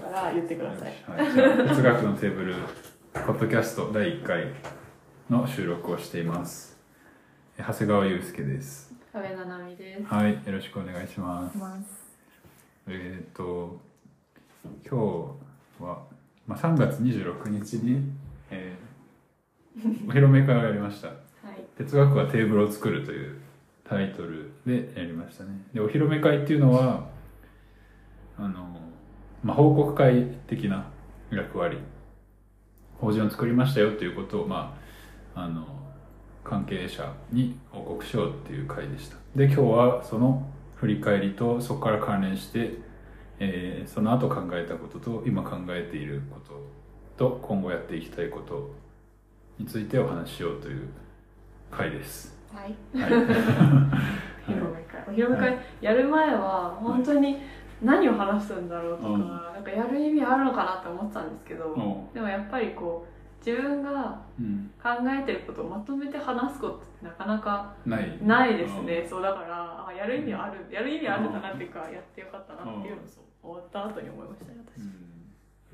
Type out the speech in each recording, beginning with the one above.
ら言ってください。はい、じゃあ哲学のテーブルポッドキャスト第1回の収録をしていますえ長谷川祐介です亀ななみです。はいよろしくお願いしますます。えっ、と今日は、まあ、3月26日に、えーお披露目会をやりましたはい。哲学はテーブルを作るというタイトルでやりましたねでお披露目会っていうのはあの、まあ、報告会的な役割法人を作りましたよっていうことを、まあ、あの関係者に報告しようっていう会でしたで今日はその振り返りとそこから関連して、えーその後考えたことと今考えていることと今後やっていきたいことについてお話ししようという回です。はい。はい。お披露目会。お披露目会やる前は本当に何を話すんだろうとか、うんなんかやる意味あるのかなって思ってたんですけど、おでもやっぱりこう自分がううん、考えてることをまとめて話すことってなかなかない。 ないですね。そうだからあやる意味あるやる意味あるんだなっていうか、やってよかったなっていうのをそう終わった後に思いましたね。う私ん。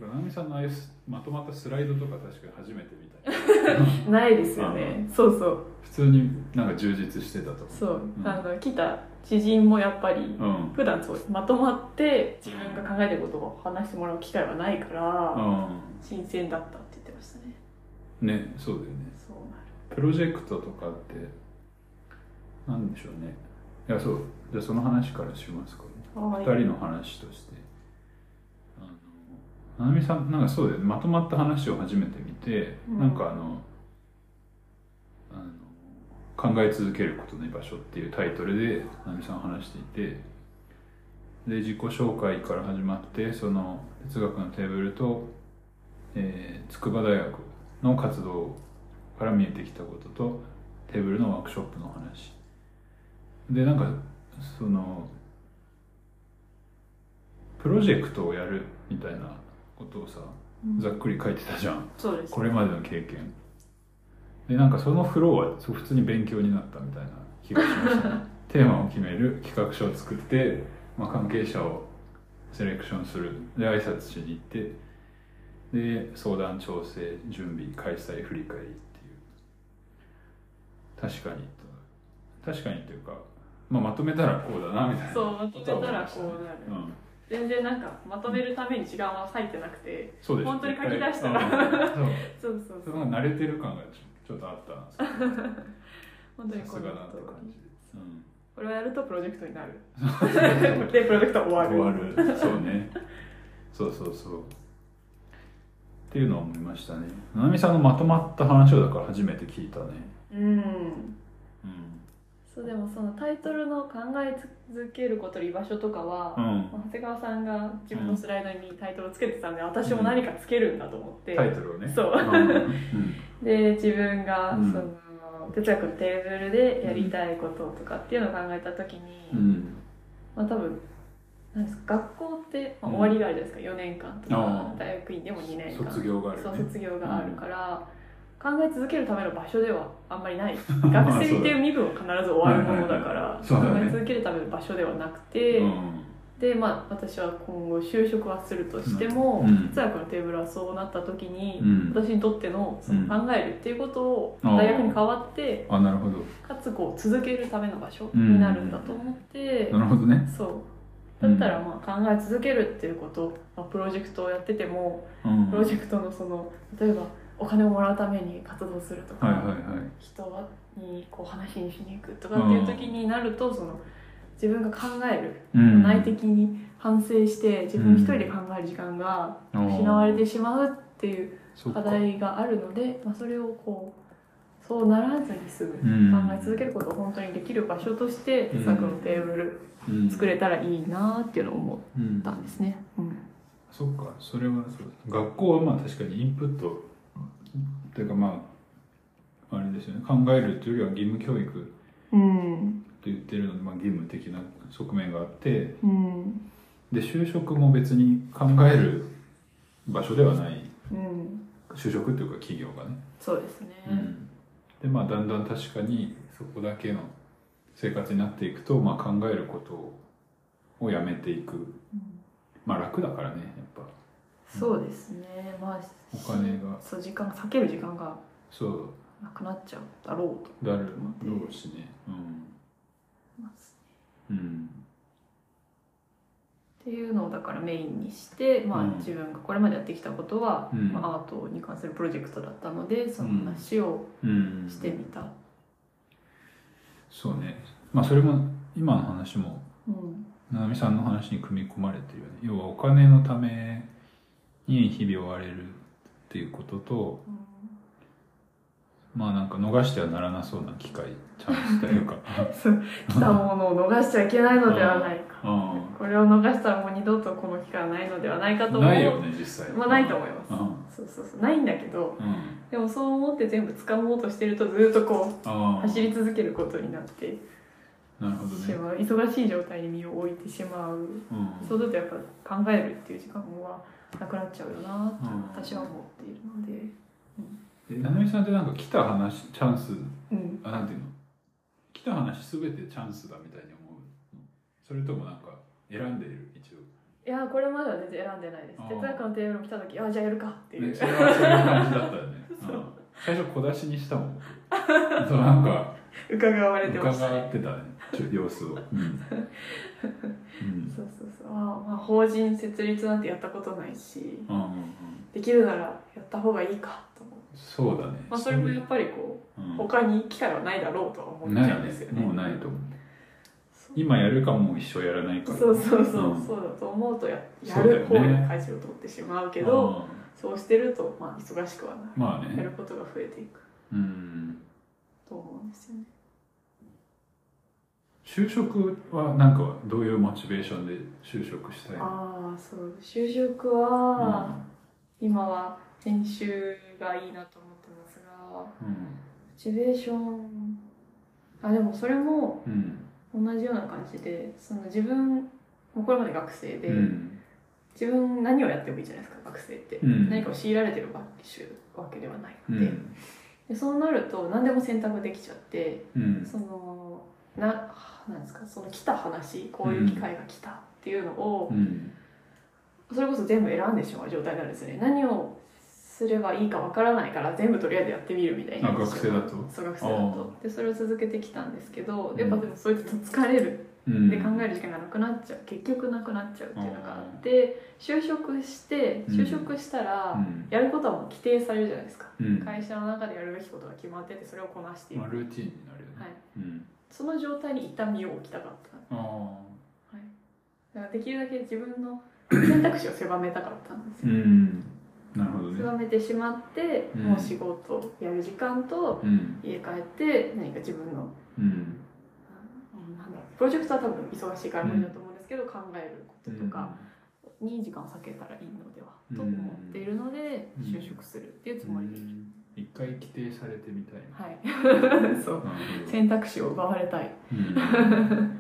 ななみさんのああいうすまとまったスライドとか確かに初めて見た。 ないですよね。そうそう。普通になんか充実してたと。そう、うんあの来た知人もやっぱりうん。普段そうまとまって自分が考えてることを話してもらう機会はないから新鮮だったって言ってましたねうん。ね、そうだよね。そうなプロジェクトとかってなんでしょうね。いやそう。じゃあその話からしますかね。る二人の話として。あのななみさんなんかそうだよねまとまった話を初めて見て、うんなんかあのあの「考え続けることの居場所」っていうタイトルでななみさん話していてで自己紹介から始まってその哲学のテーブルと、えー筑波大学の活動から見えてきたこととテーブルのワークショップの話でなんかそのプロジェクトをやるみたいなことをさうんざっくり書いてたじゃんそうですこれまでの経験でなんかそのフローはそう普通に勉強になったみたいな気がしました、 ね、テーマを決める企画書を作って、まあ、関係者をセレクションするで挨拶しに行ってで相談調整準備開催振り返りっていう確かにと確かにというか、まあ、まとめたらこうだなみたいなそうまとめたらこうなるうん、全然なんかまとめるために時間は割いてなくてそうです本当に書き出したら、うんそそううそうそそうの慣れてる感がちょっとあったな本当にさこすのがこだなって感じこれをやるとプロジェクトになる で、でプロジェクト終わる終わるそうねそうそうそうっていうのを思いましたねななみさんのまとまった話をだから初めて聞いたねうんうんそうでもそのタイトルの「考え続けることの居場所」とかは、うん長谷川さんが自分のスライドにタイトルをつけてたんで、私も何かつけるんだと思って、タイトルをねそうんで自分がうんその哲学のテーブルでやりたいこととかっていうのを考えた時に、うんうんまあ多分なんですか学校って、まあ、うん終わりがあるじゃないですか4年間とかあー大学院でも2年間卒業があるそうね卒業があるから、考え続けるための場所ではあんまり ない学生っていう身分は必ず終わるものだから、そうだね考え続けるための場所ではなくて、うんでまあ私は今後就職はするとしても、うん哲学のテーブルはそうなった時に、うん私にとってのその考えるっていうことをうん大学に代わって、あなるほどかつこう続けるための場所になるんだと思って、なるほどねそうだったらまあ考え続けるっていうこと、まあ、プロジェクトをやっててもうんプロジェクトのその例えばお金をもらうために活動するとか、はいはいはい人にこう話にしに行くとかっていう時になると、その自分が考える、うん内的に反省して自分一人で考える時間が失われてしまうっていうそっか課題があるので、まあ、それをこうそうならずに済む、うん考え続けることを本当にできる場所としてうん哲学のテーブルうん作れたらいいなっていうのを思っうんたんですね。うんそっかそれはそうだ学校はまあ確かにインプットというかまああれですよね考えるというよりは義務教育とうん言ってるので、まあ、義務的な側面があってうんで就職も別に考える場所ではないうん、就職というか企業がね、そうですね、うんでまあだんだん確かにそこだけの生活になっていくと、まあ、考えることをやめていくまあ楽だからねやっぱそうですねまあお金がそう時間避ける時間がそうなくなっちゃうだろうとだるだろうしね思いますうんうんっていうのをだからメインにして、まあうん自分がこれまでやってきたことは、うんまあ、アートに関するプロジェクトだったのでその話をうんしてみた、そうねまあそれも今の話もうんななみさんの話に組み込まれてるよね要はお金のために日々追われるっていうこととまあなんか逃してはならなそうな機会チャンスという か来たものを逃しちゃいけないのではないかうこれを逃したらもう二度とこの機会はないのではないかとん思うないよね実際まあないと思います、うんそうそうそうないんだけどうんでもそう思って全部掴もうとしてるとずっとこうあ走り続けることになってあなるほどしねまう忙しい状態に身を置いてしまううんそうするとやっぱ考えるっていう時間はなくなっちゃうよなってうん私は思っているので、えななみさんってなんか来た話チャンスうん、あなんていうの来た話すべてチャンスだみたいに思うのそれともなんか選んでいる一応いやこれまでは全然選んでないですあー哲学のテーブルに来た時あじゃあやるかっていう、ね、それはそういう感じだったよね、うん最初小出しにしたもん僕そうなんか伺われてました伺ってたねちょ様子を、うんうんそうそうそうあー、まあ、法人設立なんてやったことないしうんうんうん、できるならやった方がいいかと思う、そうだね、まあ、それもやっぱりこうう他に機会はないだろうとは思ん、っちなゃうんですいよねねもうないと思うそう今やるかもう一生やらないからそうそうそう、うんそうだと思うとややそうだよるね方に舵を取ってしまうけどあそう,、してるとまあ忙しくはなーまあいやねることが増えていくうんと思うんですよね就職はなんかどういうモチベーションで就職したいのああそう就職は、今は編集がいいなと思ってますがモうんチベーションあでもそれもうん同じような感じでその自分もうこれまで学生で、うん自分何をやってもいいじゃないですか学生って、うん何かを強いられてるわけではないうんので,、でそうなると何でも選択できちゃってうんそのななんですかその来た話こういう機会が来たっていうのを、うんそれこそ全部選んでしまう状態なんですよね何をすればいいかわからないから全部とりあえずやってみるみたいなあ学生だとそう学生だとでそれを続けてきたんですけどやっぱでもそういうと疲れるうんで考える時間がなくなっちゃう結局なくなっちゃうっていうのがあって就職してうん就職したらうんやることはもう規定されるじゃないですかうん会社の中でやるべきことが決まっててそれをこなしていくまあ、はいルーティンになるよね、うんその状態に痛みを置きたかったあだからできるだけ自分の選択肢を狭めたかったんですあうよんなるほどね狭めてしまって、うんもう仕事をやる時間とうん家帰って何か自分の、うんうんなんだろうプロジェクトは多分忙しいから無理だと思うんですけど、考えることとかに時間を避けたらいいのでは、と思っているのでうん就職するっていうつもうりで、ん一回規定されてみたいはい そうなるほど選択肢を奪われたいうん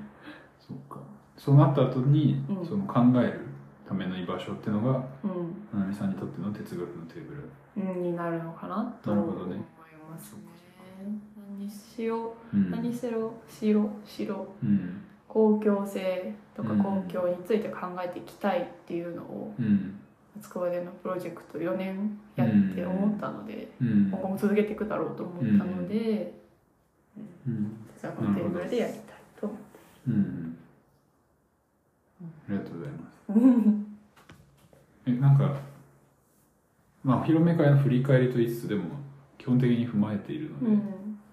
そうかそうなった後に、うんその考えるための居場所っていうのがうん、ななみさんにとっての哲学のテーブルうん、になるのかなとなる思いほどねますね何しよう、うん何せろしろしろうん公共性とかうん公共について考えていきたいっていうのをうんつくばでのプロジェクト4年やって思ったので、うん今後も続けていくだろうと思ったので、うん哲学のテーブルでやりたいと思っうんありがとうございますて。えなんかまあお披露目会の振り返りと言いつつでも基本的に踏まえているので、うん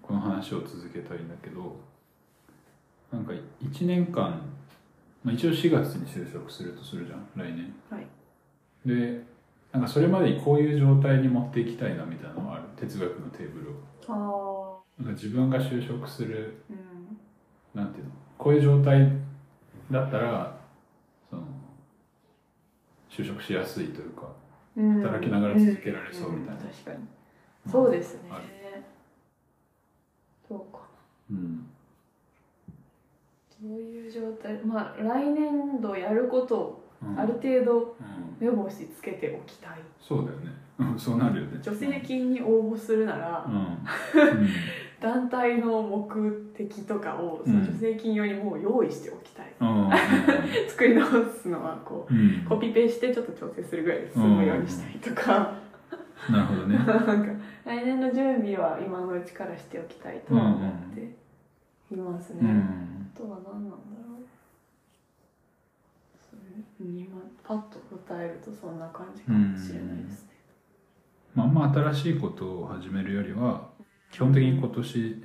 この話を続けたいんだけどなんか1年間、まあ、一応4月に就職するとするじゃん来年はいでなんかそれまでにこういう状態に持っていきたいなみたいなのはある哲学のテーブルをあーなんか自分が就職するうんなんていうのこういう状態だったらその就職しやすいというかうん働きながら続けられそうみたいなうん確かにそうですねあるそうかうんどういう状態まあ来年度やることをうんある程度うん目星つけておきたいそうだよねうんそうなるよね助成金に応募するならうん、うん、団体の目的とかをその助成金用にもう用意しておきたい、うん作り直すのはこうんうコピペしてちょっと調整するぐらいで済むようにしたりとか、 なるほどねなんか来年の準備は今のうちからしておきたいとは思っていますね、うんあとは何なんだろうそれに今パッと答えるとそんな感じかもしれないですね、まああんま新しいことを始めるよりは基本的に今年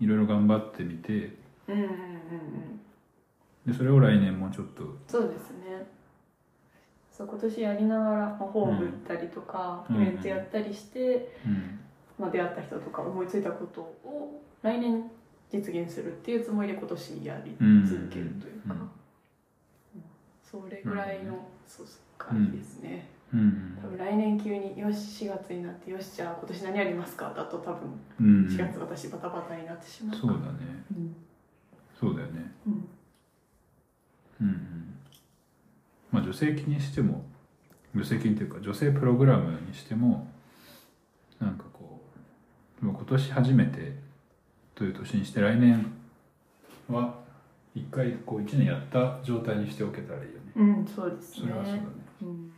いろいろ頑張ってみてうんうんうんうんでそれを来年もちょっとそうですねそう今年やりながら、まあ、ホーム行ったりとか、うんイベントやったりして、うんまあ、出会った人とか思いついたことを来年実現するっていうつもりで今年やり続けるというか、うんうんそれぐらいの、そうそう感じですね、うん多分来年急によし4月になってよしじゃあ今年何やりますかだと多分うん4月私バタバタになってしまうそうだねうんそうだよねうんうんうんまあ助成金にしても助成金というか助成プログラムにしてもなんかこうもう今年初めてという年にして来年は一回こう1年やった状態にしておけたらいいよねうん、そうですねそれはそうだねうん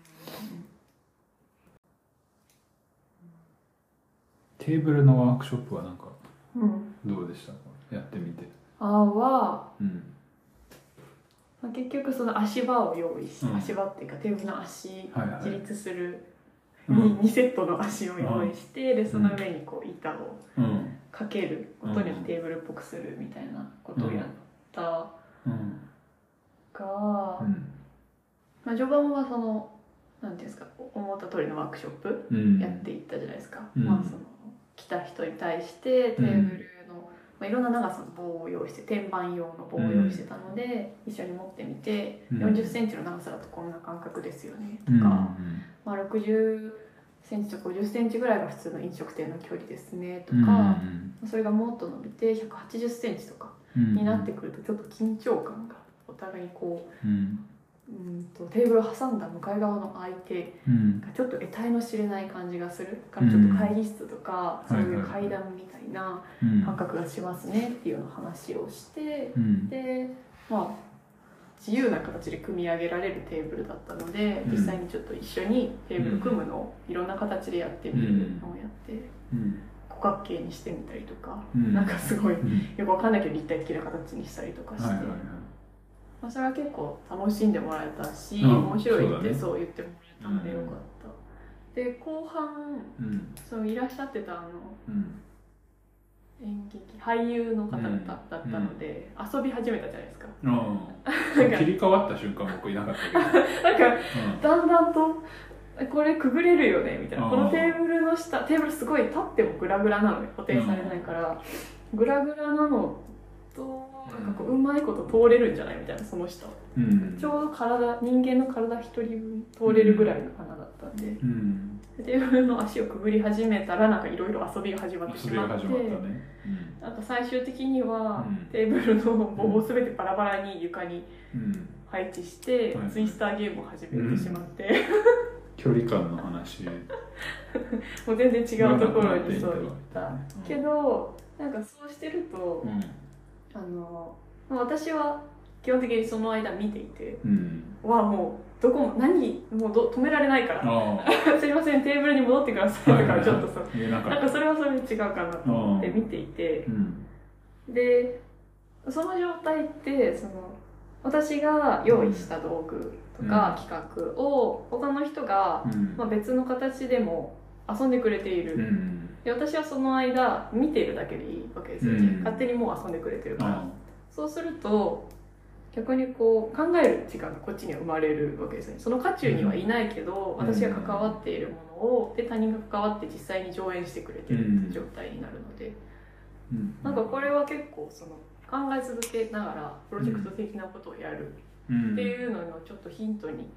テーブルのワークショップはなんかうん、どうでしたかやってみてあはうんまあ、結局その足場を用意し、うん足場っていうかテーブルの足、はいはい自立するう 2, んセットの足を用意して、でその上にこう板をうんかけることによっうんてテーブルっぽくするみたいなことをやったが、うんうんまあ、序盤はそのなんていうんですか思った通りのワークショップうんやっていったじゃないですか、うんまあ、その来た人に対してテーブルの、まあ、いろんな長さの棒を用意して天板用の棒を用意してたので、一緒に持ってみて、うん40センチの長さだとこんな感覚ですよねとうんか、まあ、60センチと50センチぐらいが普通の飲食店の距離ですねとか、まあそれがもっと伸びて180センチとかうんになってくるとちょっと緊張感がお互いにこうんううんとテーブルを挟んだ向かい側の相手うんちょっと得体の知れない感じがするからちょっと会議室とか、うんそういはういはいはい階段みたいなうん感覚がしますねっていうような話をしてうんでまあ自由な形で組み上げられるテーブルだったのでうん実際にちょっと一緒にテーブル組むのをいろんな形でやってみるのをやってうん五角形にしてみたりとか、うんなんかすごいようんくわかんないけど立体的な形にしたりとかして、はいはいはいまあ、それは結構楽しんでもらえたし、うん面白いっそうだてねそう言ってもらえたのでよかった。で後半うんそういらっしゃってたあのうん演劇俳優の方々だったので、遊び始めたじゃないですかあなんあか切り替わった瞬間僕いなかったけどなんかだんだんとえこれくぐれるよねみたいなあーこのテーブルの下テーブルすごい立ってもグラグラなのよ固定されないから、グラグラなのとなんかこううまいこと通れるんじゃないみたいなその下をうんうんちょうど体人間の体一人分通れるぐらいの穴だったんで、うんテーブルの足をくぐり始めたらなんかいろいろ遊びが始まってしそれがまっ始てまったねうんなんか最終的には、うんテーブルの棒を全てバラバラに床にうん配置して、はいツイスターゲームを始めてしまって、距離感の話もう全然違うところにそううん行ったうんけどなんかそうしてるとう、んあのまあ私は基本的にその間見ていてうんわあもうどこも何もうど止められないからあ「すいませんテーブルに戻ってくだあさい」とかちょっとさ、言えなかなんったかそれはそれで違うかなと思って見ていて。うんでその状態ってその私が用意した道具とか企画を他の人が、うんまあ、別の形でも遊んでくれていうる、んで私はその間見ているだけでいいわけですよ、うん勝手にもう遊んでくれてるから、あそうすると逆にこう考える時間がこっちには生まれるわけですよねその渦中にはいないけど、うん私が関わっているものをで他人が関わって実際に上演してくれてるっていう状態になるので、うんなんかこれは結構その考え続けながらプロジェクト的なことをやるっていうののちょっとヒントに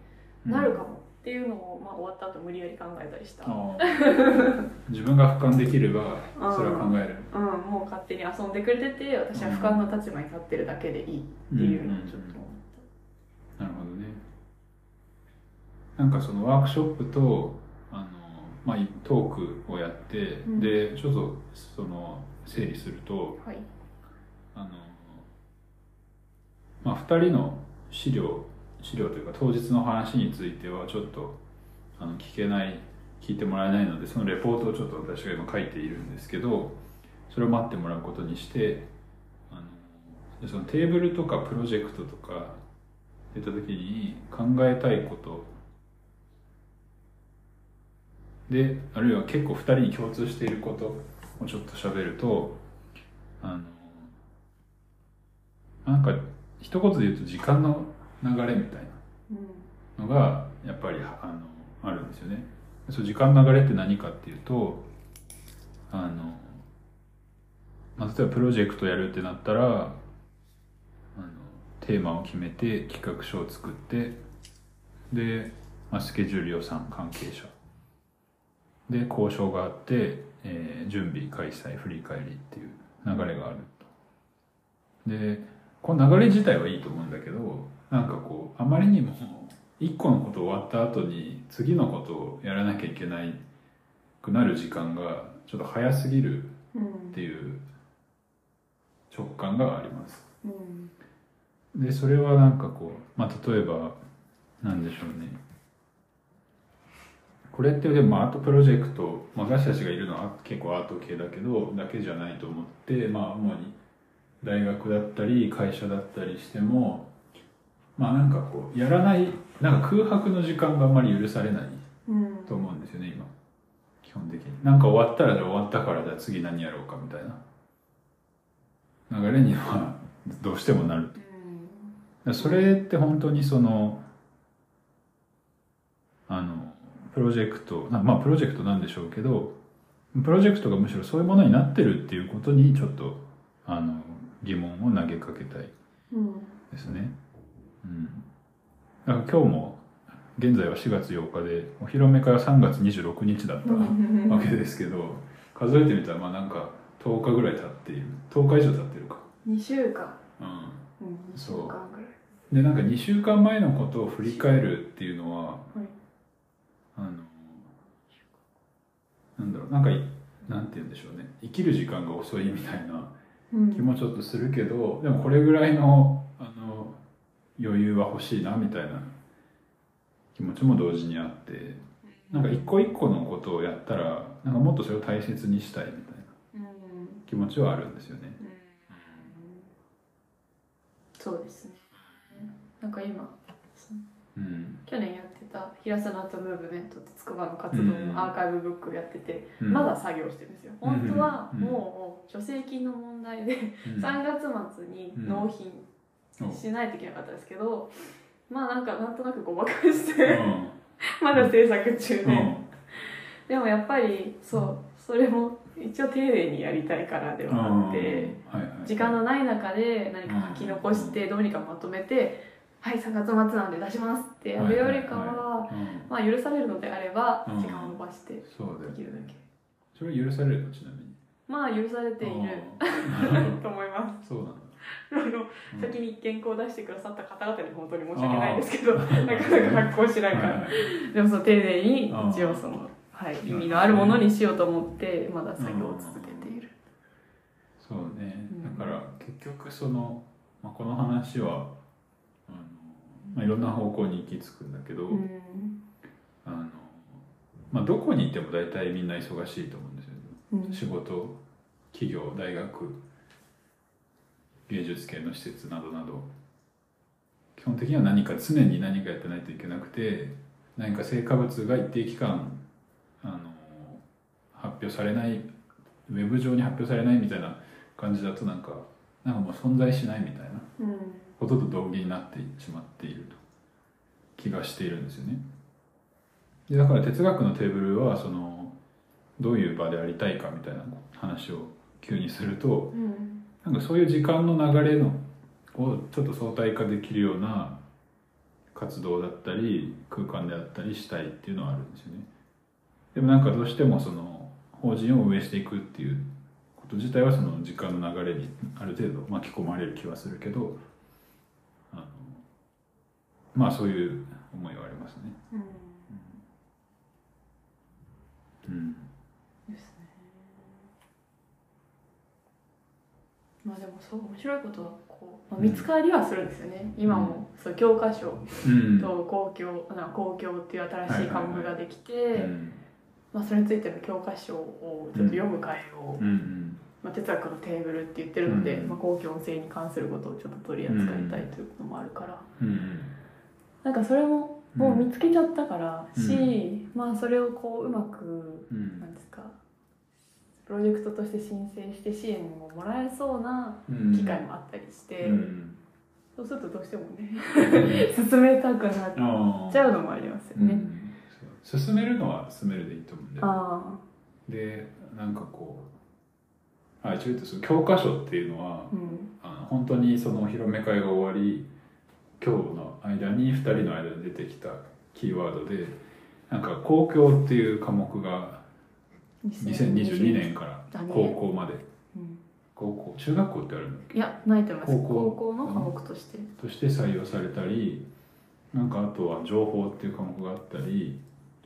なるかもっていうのを、まあ、終わった後無理やり考えたりした、うん、あー自分が俯瞰できればそれは考えるもう勝手に遊んでくれてて私は俯瞰の立場に立ってるだけでいいっていうのをちょっと思っなるほどねなんかそのワークショップとあのまあ、トークをやって、んでちょっとその整理するとはいあの、まあ、2人の資料資料というか当日の話についてはちょっとあの聞けない聞いてもらえないのでそのレポートをちょっと私が今書いているんですけどそれを待ってもらうことにしてあのでそのテーブルとかプロジェクトとか出た時に考えたいことであるいは結構2人に共通していることをちょっと喋るとあのなんか一言で言うと時間の流れみたいなうんのがやっぱりあのあるんですよね。そう時間の流れって何かっていうとあの、まあ、例えばプロジェクトやるってなったらあのテーマを決めて企画書を作ってで、まあ、スケジュール予算関係者で交渉があって、えー準備開催振り返りっていう流れがあると。でこの流れ自体はいいと思うんだけどなんかこうあまりにも一個のこと終わった後に次のことをやらなきゃいけないくなる時間がちょっと早すぎるうんっていう直感があります。うんでそれはなんかこう、まあ、例えばなんでしょうねこれってでもまあアートプロジェクト、まあ、私たちがいるのは結構アート系だけどだけじゃないと思ってまあ主に大学だったり会社だったりしてもまあなんかこうやらないなんか空白の時間があんまり許されないうんと思うんですよね今基本的になんか終わったらじゃあ終わったからじゃあ次何やろうかみたいな流れにはどうしてもなるうんそれって本当にそのあのプロジェクトなまあプロジェクトなんでしょうけどプロジェクトがむしろそういうものになってるっていうことにちょっとあの疑問を投げかけたいうんですね。うん、だから今日も現在は4月8日でお披露目会は3月26日だったうんわけですけど数えてみたらまあなんか10日ぐらい経っている10日以上経ってるか。 2週間うんうん2週間ぐらいでなんか2週間前のことを振り返るっていうのは、はいあのなんだろうなんかいなんて言うんでしょうね生きる時間が遅いみたいなうん気もちょっとするけどでもこれぐらいのあの余裕は欲しいなみたいな気持ちも同時にあってなんか一個一個のことをやったらなんかもっとそれを大切にしたいみたいなうん気持ちはあるんですよね。うんそうですねなんか今うん去年やってた「平さなとムーブメント」ってつくばの活動のアーカイブブックやってて、うんまだ作業してるんですよ本当はうんもう助成金の問題でうん3月末に納品うんしないといけなかったですけど、まあなんかなんとなくごまかして、うん まだ制作中で、うんでもやっぱりそうそれも一応丁寧にやりたいからではあって、うんはいはい、時間のない中で何か書き残してどうにかまとめて、はい3月末なんで出しますってやるよりかは,、うんまあ許されるのであればうん時間を伸ばしてでそうだよきるだけ、それ許されるのちなみにまあ許されているあーなるほと思います。 どそうなんだあのうん先に原稿を出してくださった方々に本当に申し訳ないですけ ど、なかなか発行しないから、はいはいでもその丁寧にあー一応その、はい、意味のあるものにしようと思ってまだ作業を続けている。そうねうんだから結局その、まあ、この話はあの、まあ、いろんな方向に行き着くんだけど、うんあのまあ、どこにいても大体みんな忙しいと思うんですよねうん仕事企業大学芸術系の施設などなど基本的には何か常に何かやってないといけなくて何か成果物が一定期間あの発表されないウェブ上に発表されないみたいな感じだとなんかなんかもう存在しないみたいなうんことと同義になってしまっていると気がしているんですよね。でだから哲学のテーブルはそのどういう場でありたいかみたいな話を急にするとうんなんかそういう時間の流れのをちょっと相対化できるような活動だったり空間であったりしたいっていうのはあるんですよね。でもなんかどうしてもその法人を運営していくっていうこと自体はその時間の流れにある程度巻き込まれる気はするけどあのまあそういう思いはありますね。うんまあでもそう面白いことはこう、まあ、見つかりはするんですよね、今もそう教科書うんと公共な公共っていう新しい科目ができて、うんまあ、それについての教科書をちょっと読む会を、うんまあ、哲学のテーブルって言ってるので、うんまあ、公共性に関することをちょっと取り扱いたいということもあるから、うんなんかそれもうんもう見つけちゃったからし、うんまあそれをこううまくうなんんですかプロジェクトとして申請して支援をもらえそうなうん機会もあったりして、うんそうするとどうしてもねうん進めたくなっあ ーちゃうのもありますようね。んそう進めるのは進めるでいいと思うんだよねあでなんかこうあ一応言うとその教科書っていうのはあ、うん、あの本当にそのお披露目会が終わり今日の間に2人の間に出てきたキーワードでなんか公共っていう科目が2022年からだね高校までうん高校中学校ってあるのいやないと思います高校高校の科目として、として採用されたりなんかあとは情報っていう科目があったり、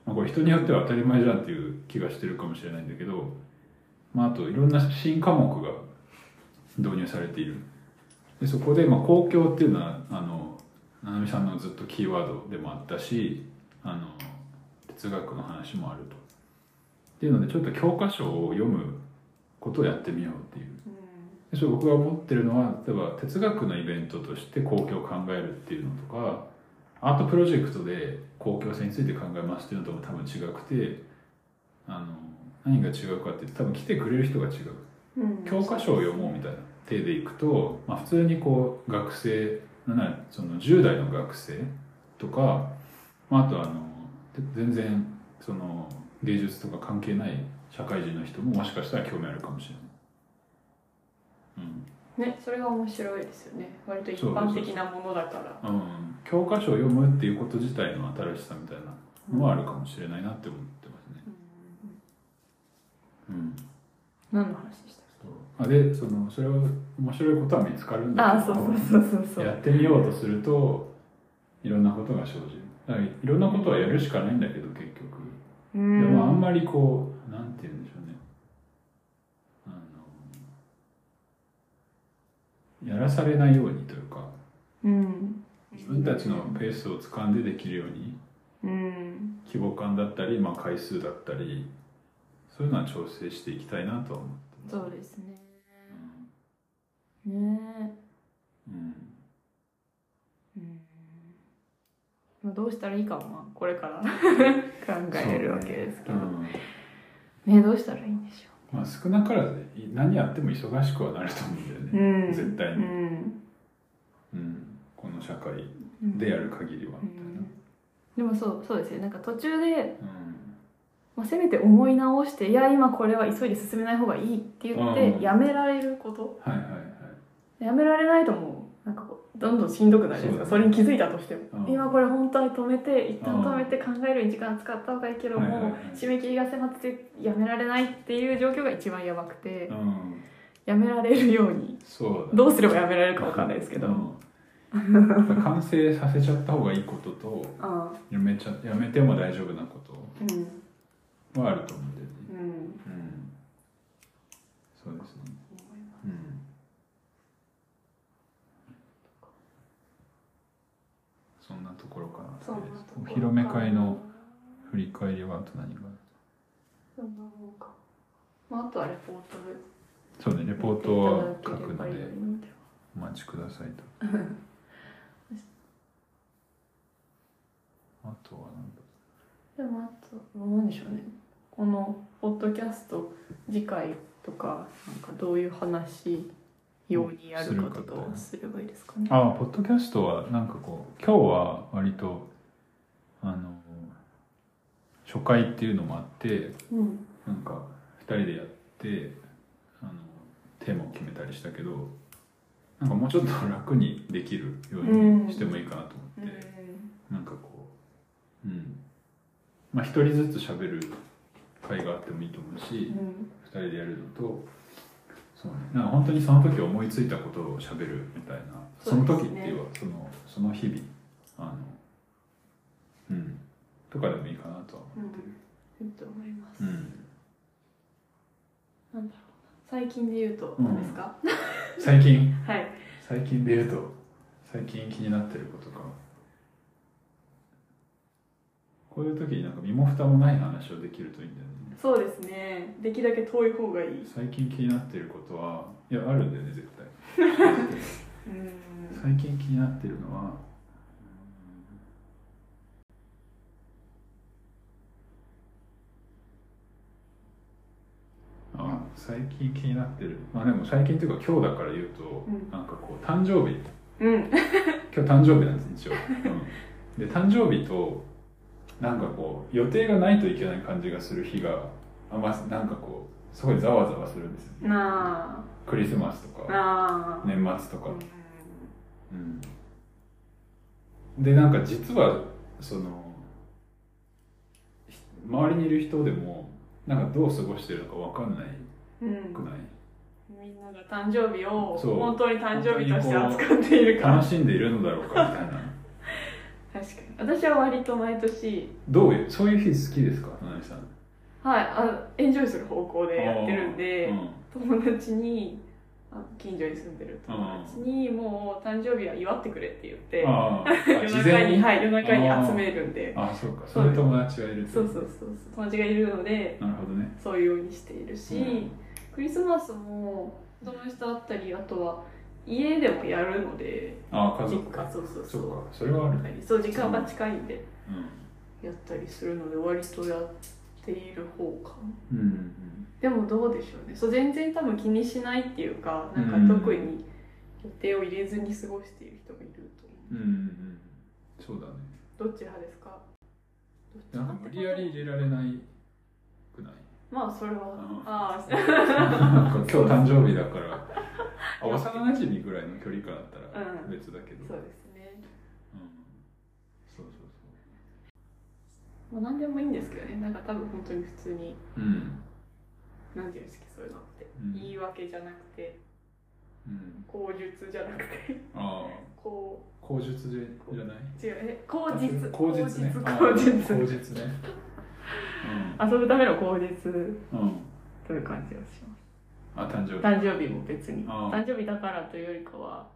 まあ、これ人によっては当たり前じゃんっていう気がしてるかもしれないんだけど、まあ、あといろんな新科目が導入されているでそこでまあ公共っていうのはあの七海さんのずっとキーワードでもあったしあの哲学の話もあると。っていうのでちょっと教科書を読むことをやってみようっていう。うんでそれ僕が思ってるのは例えば哲学のイベントとして公共を考えるっていうのとかアートプロジェクトで公共性について考えますっていうのとも多分違くてあの何が違うかっていうと多分来てくれる人が違ううん教科書を読もうみたいな手でいくと、まあ、普通にこう学生なんならその10代の学生とか、まあ、あとあのて全然その芸術とか関係ない社会人の人ももしかしたら興味あるかもしれない。うんねそれが面白いですよね割と一般的なものだからうん、教科書を読むっていうこと自体の新しさみたいなのはあるかもしれないなって思ってますね。うんうん、何の話でしそうあでそのそれは面白いことは見つかるんただあけどそうそうそうそうそやうってみようとするといろんなことが生じるだからいろんなことはやるしかないんだけど結局、うでんもあんまりこうなんて言うんでしょうねあのやらされないようにというかうん自分たちのペースを掴んでできるようにうん規模感だったり、まあ、回数だったりそういうのは調整していきたいなとは思ってますそうですねねうんえうんまあどうしたらいいかもまあこれから 考えるわけですけうどんねどうしたらいいんでしょまあ、少なからずい何やっても忙しくはなると思うんだよねう、うん絶対にうんうん、この社会うんでやる限りはうみたいんでもそうそうですよなんか途中でな。まあ、せめて思い直して「いや今これは急いで進めない方がいい」って言っうんうんてやめられることはいはいはい。やめられないともうなんかこうどんどんしんどくなるじゃないですかそそうだれねに気づいたとしても、うん今これ本当は止めて一旦止めて考えるに時間使った方がいいけども、はいはいはい締め切りが迫ってやめられないっていう状況が一番やばくてうん、やめられるようにそうだ。どうすればやめられるか分かんないですけど、うん。完成させちゃった方がいいこととああやめちゃやめても大丈夫なこうんとはあると思うんだよね。うんうん。そうですね。うん。そんなところかな。そんなとこおろか披露目会の振り返りはあと何があるそんなもんか、まあ、あとはレポートそうね、レレポートは書くので。のでお待ちくださいと。あとはなんでだもあと何でしょうねこのポッドキャスト次回とかなんかどういう話ようにやるかとかをすればいいですかね。あポッドキャストはなんかこう今日は割とあの初回っていうのもあってうん、なんか2人でやってあのテーマを決めたりしたけどなんかもうちょっと楽にできるようにしてもいいかなとう思って、ん、なんかこううんまあ1人ずつ喋る会があってもいいと思うし、2人でやるのとそう、ね、なんか本当にその時思いついたことをしゃべるみたいなそ,、そうのですね時っていうのはそのその日々あのうんとかでもいいかなとは思ってる、いいと思います。うんなんだろうな最近で言うと何ですか、最近はい最近で言うと最近気になってることかこういう時になんか身も蓋もない話をできるといいんだよねそうですねできるだけ遠い方がいい最近気になってることはいやあるんだよね絶対うん最近気になってるのはうーんあ最近気になってるまあでも最近っていうか今日だから言うと、うんなんかこう誕生日うん今日誕生日なんですよ、うん、で誕生日となんかこう予定がないといけない感じがする日があんまなんかこうすごいざわざわするんですよなクリスマスとあかなあ、年末とかうん、でなんか実はそのひ周りにいる人でもなんかどう過ごしてるのかわかんないうんくないみんなが誕生日をそう本当に誕生日として扱っているか楽しんでいるのだろうかみたい な確かに私は割と毎年どういうそういう日好きですか花見さんはいあエンジョイする方向でやってるんで あーうん友達にあ近所に住んでる友達にもう誕生日は祝ってくれって言ってあーあ夜事中前ににはい夜中に集めるんであーそうかそういう友達がいるそうそうそうそう友達がいるのでなるほどねそういうようにしているし、うんクリスマスも友達と会ったりあとは家でもやるのであー家族実家そうそうそそううかそれはあるねはいそう時間が近いんでうやったりするので割とやっている方かなんうんでもどうでしょうねそう全然多分気にしないっていうかなんうんか特に予定を入れずに過ごしている人もいると思うんうんうんそうだねうどっち派ですかどっちなんか派無理やり入れられないくないまあそれはああなんか今日誕生日だ からあ幼馴染ぐらいの距離感だったらうん別だけど、 そうですねうんそうそうもう何でもいいんですけどねなんか多分本当に普通にそううんなんていうんですかそういうのって、うん言い訳じゃなくてうん口述じゃなくて ああこ口述じゃじゃないう違うえ口実口実ねああ口実口口実ね実 遊ぶための口実うん、うん、という感じがしますあ誕生日、誕生日も別にああ誕生日だからというよりかは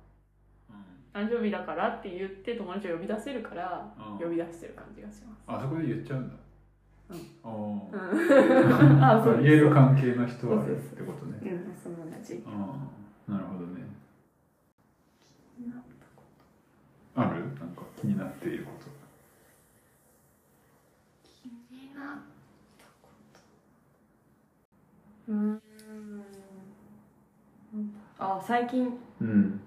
うん誕生日だからって言って友達を呼び出せるからあ呼び出してる感じがしますあそこで言っちゃうんだ、うあんあああそう言えでする関係の人はそうそうそうってことねうんそんな同じああなるほどねあるなんか気になっていること気になったことうーんあ最近うん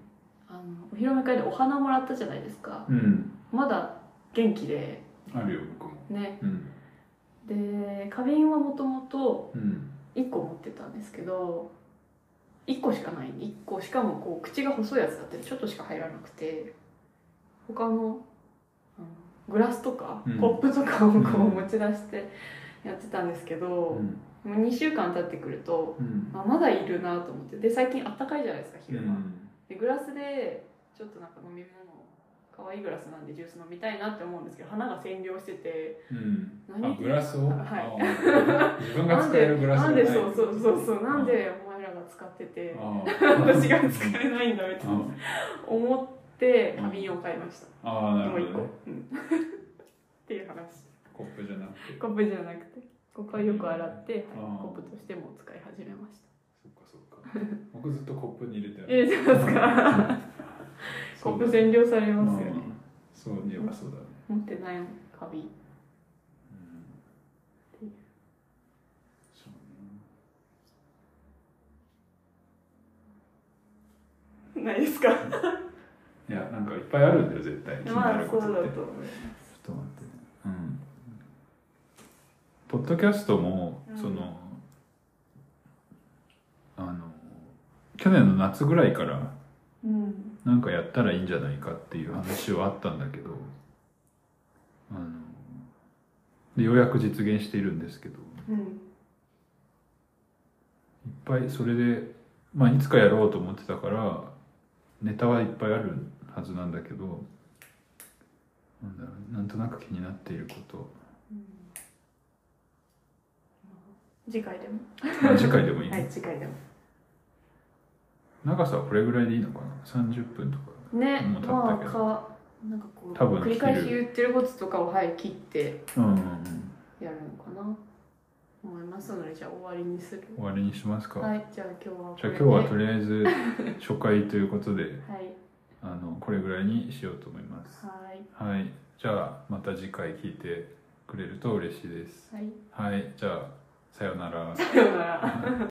あのお披露目会でお花もらったじゃないですかうんまだ元気であるよ僕もねうんで花瓶はもともとうん1個持ってたんですけど1個しかない1個しかもこう口が細いやつだってちょっとしか入らなくて他のあのグラスとかうんコップとかをこううん持ち出してやってたんですけうど、んもう2週間経ってくると、うんあ、まだいるなと思ってで最近あったかいじゃないですかう昼間、んでグラスでちょっとなんか飲み物可愛いグラスなんでジュース飲みたいなって思うんですけど花が占領しててうん何あグラスを、はあ自分が使えるグラスながんないでそうそうそうそうなんでお前らが使っててあ私が使えないんだみたいなあ思って花瓶を買いました、ああなもうる一ほ個、どうねん っていう話コップじゃなくてコップじゃなくてここはよく洗って、はいあーコップとしても使い始めましたそっかそっか僕ずっとコップに入れてあるええそうです かコップ占領されますよね、そういえばそうだね持ってない花瓶うんそうねないですかいやなんかいっぱいあるんだよ絶対気にな まあるそこうとだっと思て、いちょますっと待ってねうんポッドキャストも、うんそのあの去年の夏ぐらいからうんなんかやったらいいんじゃないかっていう話はあったんだけどあのでようやく実現しているんですけどいっうんぱいそれで、まあ、いつかやろうと思ってたからネタはいっぱいあるはずなんだけどなんだろうなんとなく気になっていること次回でもまあ次回でもい い、はい次回でも長さはこれぐらいでいいのかな30分とかねもう経ったまあけどかなんかこう多分繰り返し言ってることとかをはい切ってうんうんうんやるのかな思いますのでじゃあ終わりにする終わりにしますか、はいじゃあ今日はこじゃれあで今日はとりあえず初回ということではいあのこれぐらいにしようと思いますはいはいじゃあまた次回聞いてくれると嬉しいですはいはいじゃあさようならさようなら